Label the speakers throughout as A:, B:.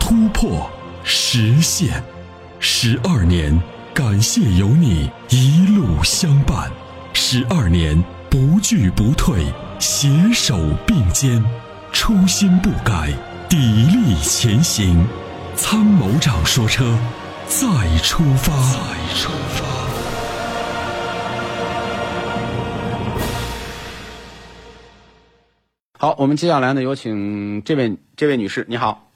A: 突破、实现，十二年，感谢有你一路相伴，十二年不惧不退，携手并肩，初心不改，砥砺前行。”参谋长说：“车，再出发。”再出发。
B: 好，我们接下来呢，有请这位这位女士，你好，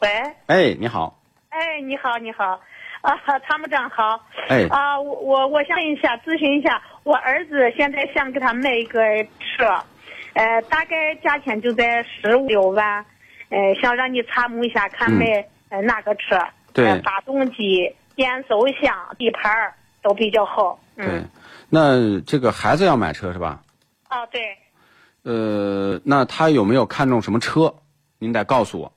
C: 喂，
B: 哎，你好，
C: 哎，你好，你好，啊，参谋长好，
B: 哎
C: 啊，我我我想问一下，咨询一下，我儿子现在想给他买一个车，呃，大概价钱就在十五六万，呃，想让你参谋一下，看
B: 嗯
C: 买、呃哪个车，
B: 对
C: 呃发动机、变速箱、底盘儿都比较好，
B: 对
C: 嗯，，
B: 那这个孩子要买车是吧？
C: 啊，对，
B: 呃，那他有没有看中什么车？您得告诉我。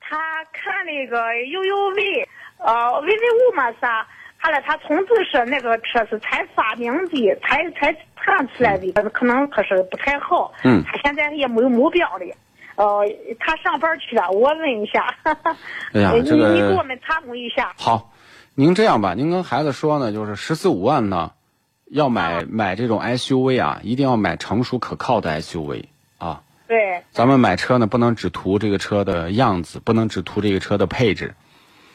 C: 他看那个 UUV，呃，VV 五嘛啥，后来他同志说那个车是才发明的，才才产出来的，可能可是不太好。
B: 嗯
C: 他现在也没有目标了。呃，他上班去了，我问一下。
B: 哎呀
C: 你
B: 这个
C: 你呃给我们参谋一下。
B: 好，您这样吧，您跟孩子说呢，就是十四五万呢，要买买这种 SUV 啊，一定要买成熟可靠的 SUV 啊。
C: 对，
B: 咱们买车呢，不能只图这个车的样子，不能只图这个车的配置，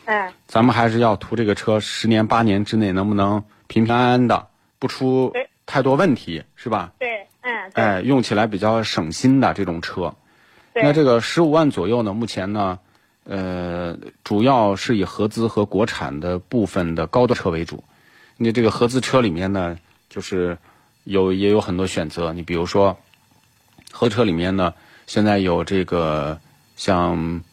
C: 嗯，
B: 咱们还是要图这个车十年八年之内能不能平平安安的，不出
C: 对
B: 太多问题，是吧？
C: 对，嗯，对，
B: 哎，用起来比较省心的这种车。
C: 对
B: 那这个十五万左右呢，目前呢，呃，主要是以合资和国产的部分的高端车为主。你这个合资车里面呢，就是有也有很多选择。你比如说，合车里面呢，现在有这个像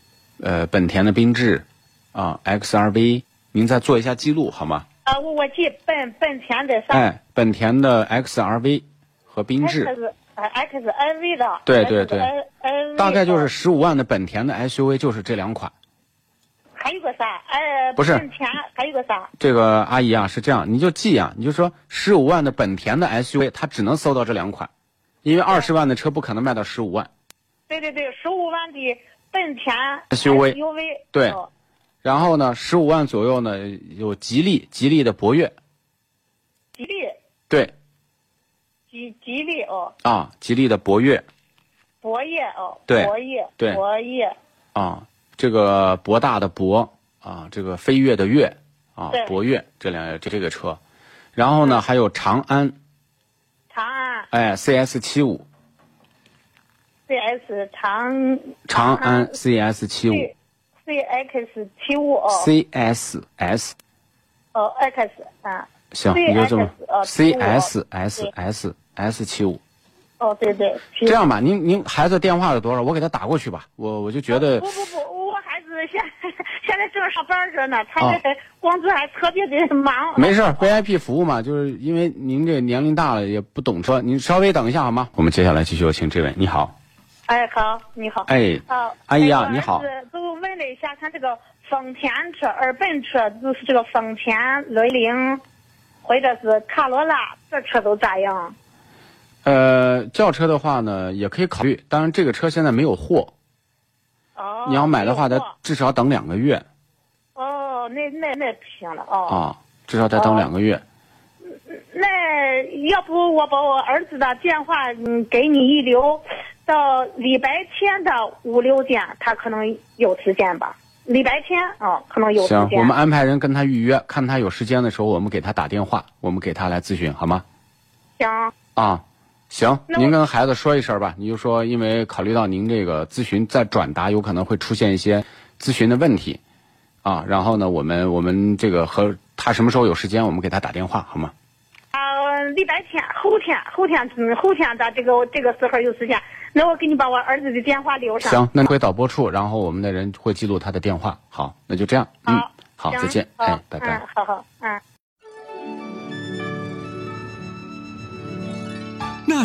B: 呃本田的缤智啊、XRV，您再做一下记录好吗？
C: 啊，我我记本本田的啥？
B: 哎，本田的 XRV 和缤智。
C: X 呃 X I V 的。
B: 对对对
C: X I
B: 大概就是十五万的本田的 SUV 就是这两款。
C: 还有个啥？哎，
B: 不是
C: 本田还有个啥？
B: 这个阿姨啊是这样，你就记啊，你就说十五万的本田的 SUV，它只能搜到这两款，因为二十万的车不可能卖到十五万。
C: 对对对，十五万的本田
B: SUV 对
C: 哦
B: 然后呢，十五万左右呢有吉利，吉利的博越，
C: 吉利
B: 对
C: 吉吉利哦，
B: 啊，吉利的博越
C: 博越哦，
B: 对
C: 博越
B: 对
C: 博越
B: 啊，这个博大的博啊，这个飞跃的跃啊
C: 对，
B: 博越这两这这个车，然后呢还有长安，
C: 长安
B: 哎，CS 七五，
C: CS 长
B: 长安 CS 七五
C: C CX 七五哦
B: ，CSS
C: 哦 X 啊
B: 行，你就这么
C: C 呃
B: C
C: S，
B: S S S S 七五，
C: 哦对嗯对七
B: 这样吧，您您孩子电话是多少？我给他打过去吧。我我就觉得
C: 不不不，我孩子现现在正上班着呢，他这工作还特别的忙。
B: 哦没事儿，VIP 服务嘛，就是因为您这年龄大了也不懂车，您稍微等一下好吗？我们接下来继续有请这位，你好，
C: 哎好，你好。
B: 哎，
C: 啊，
B: 阿姨
C: 那
B: 啊，
C: 个
B: 你好
C: 儿，子都问了一下，看这个丰田车、二本车，就是这个丰田雷凌，或者是卡罗拉，这车都咋样？
B: 呃，轿车的话呢，也可以考虑，当然这个车现在没有货，
C: 哦，
B: 你要买的话
C: 没
B: 得
C: 有货
B: 至少等两个月
C: 哦，那那那不行了哦。
B: 啊，至少得等两个月。
C: 那要不我把我儿子的电话嗯给你一留，到礼拜天的五六点，他可能有时间吧。礼拜天哦，可能有时
B: 行，
C: 间。
B: 我们安排人跟他预约，看他有时间的时候，我们给他打电话，我们给他来咨询好吗？
C: 行，
B: 啊，行，
C: 那
B: 您
C: 我
B: 跟孩子说一声吧，你就说，因为考虑到您这个咨询再转达有可能会出现一些咨询的问题，啊，然后呢，我们我们这个和他什么时候有时间，我们给他打电话好吗？
C: 啊、礼拜天后天，后天，嗯，后天的这个这个时候有时间，那我给你把我儿子的电话留上。
B: 行，那你回导播处，然后我们的人会记录他的电话。好，那就这样。嗯，好，
C: 行
B: 再见。
C: 好
B: 哎，拜拜。
C: 嗯，好好，嗯。
A: 那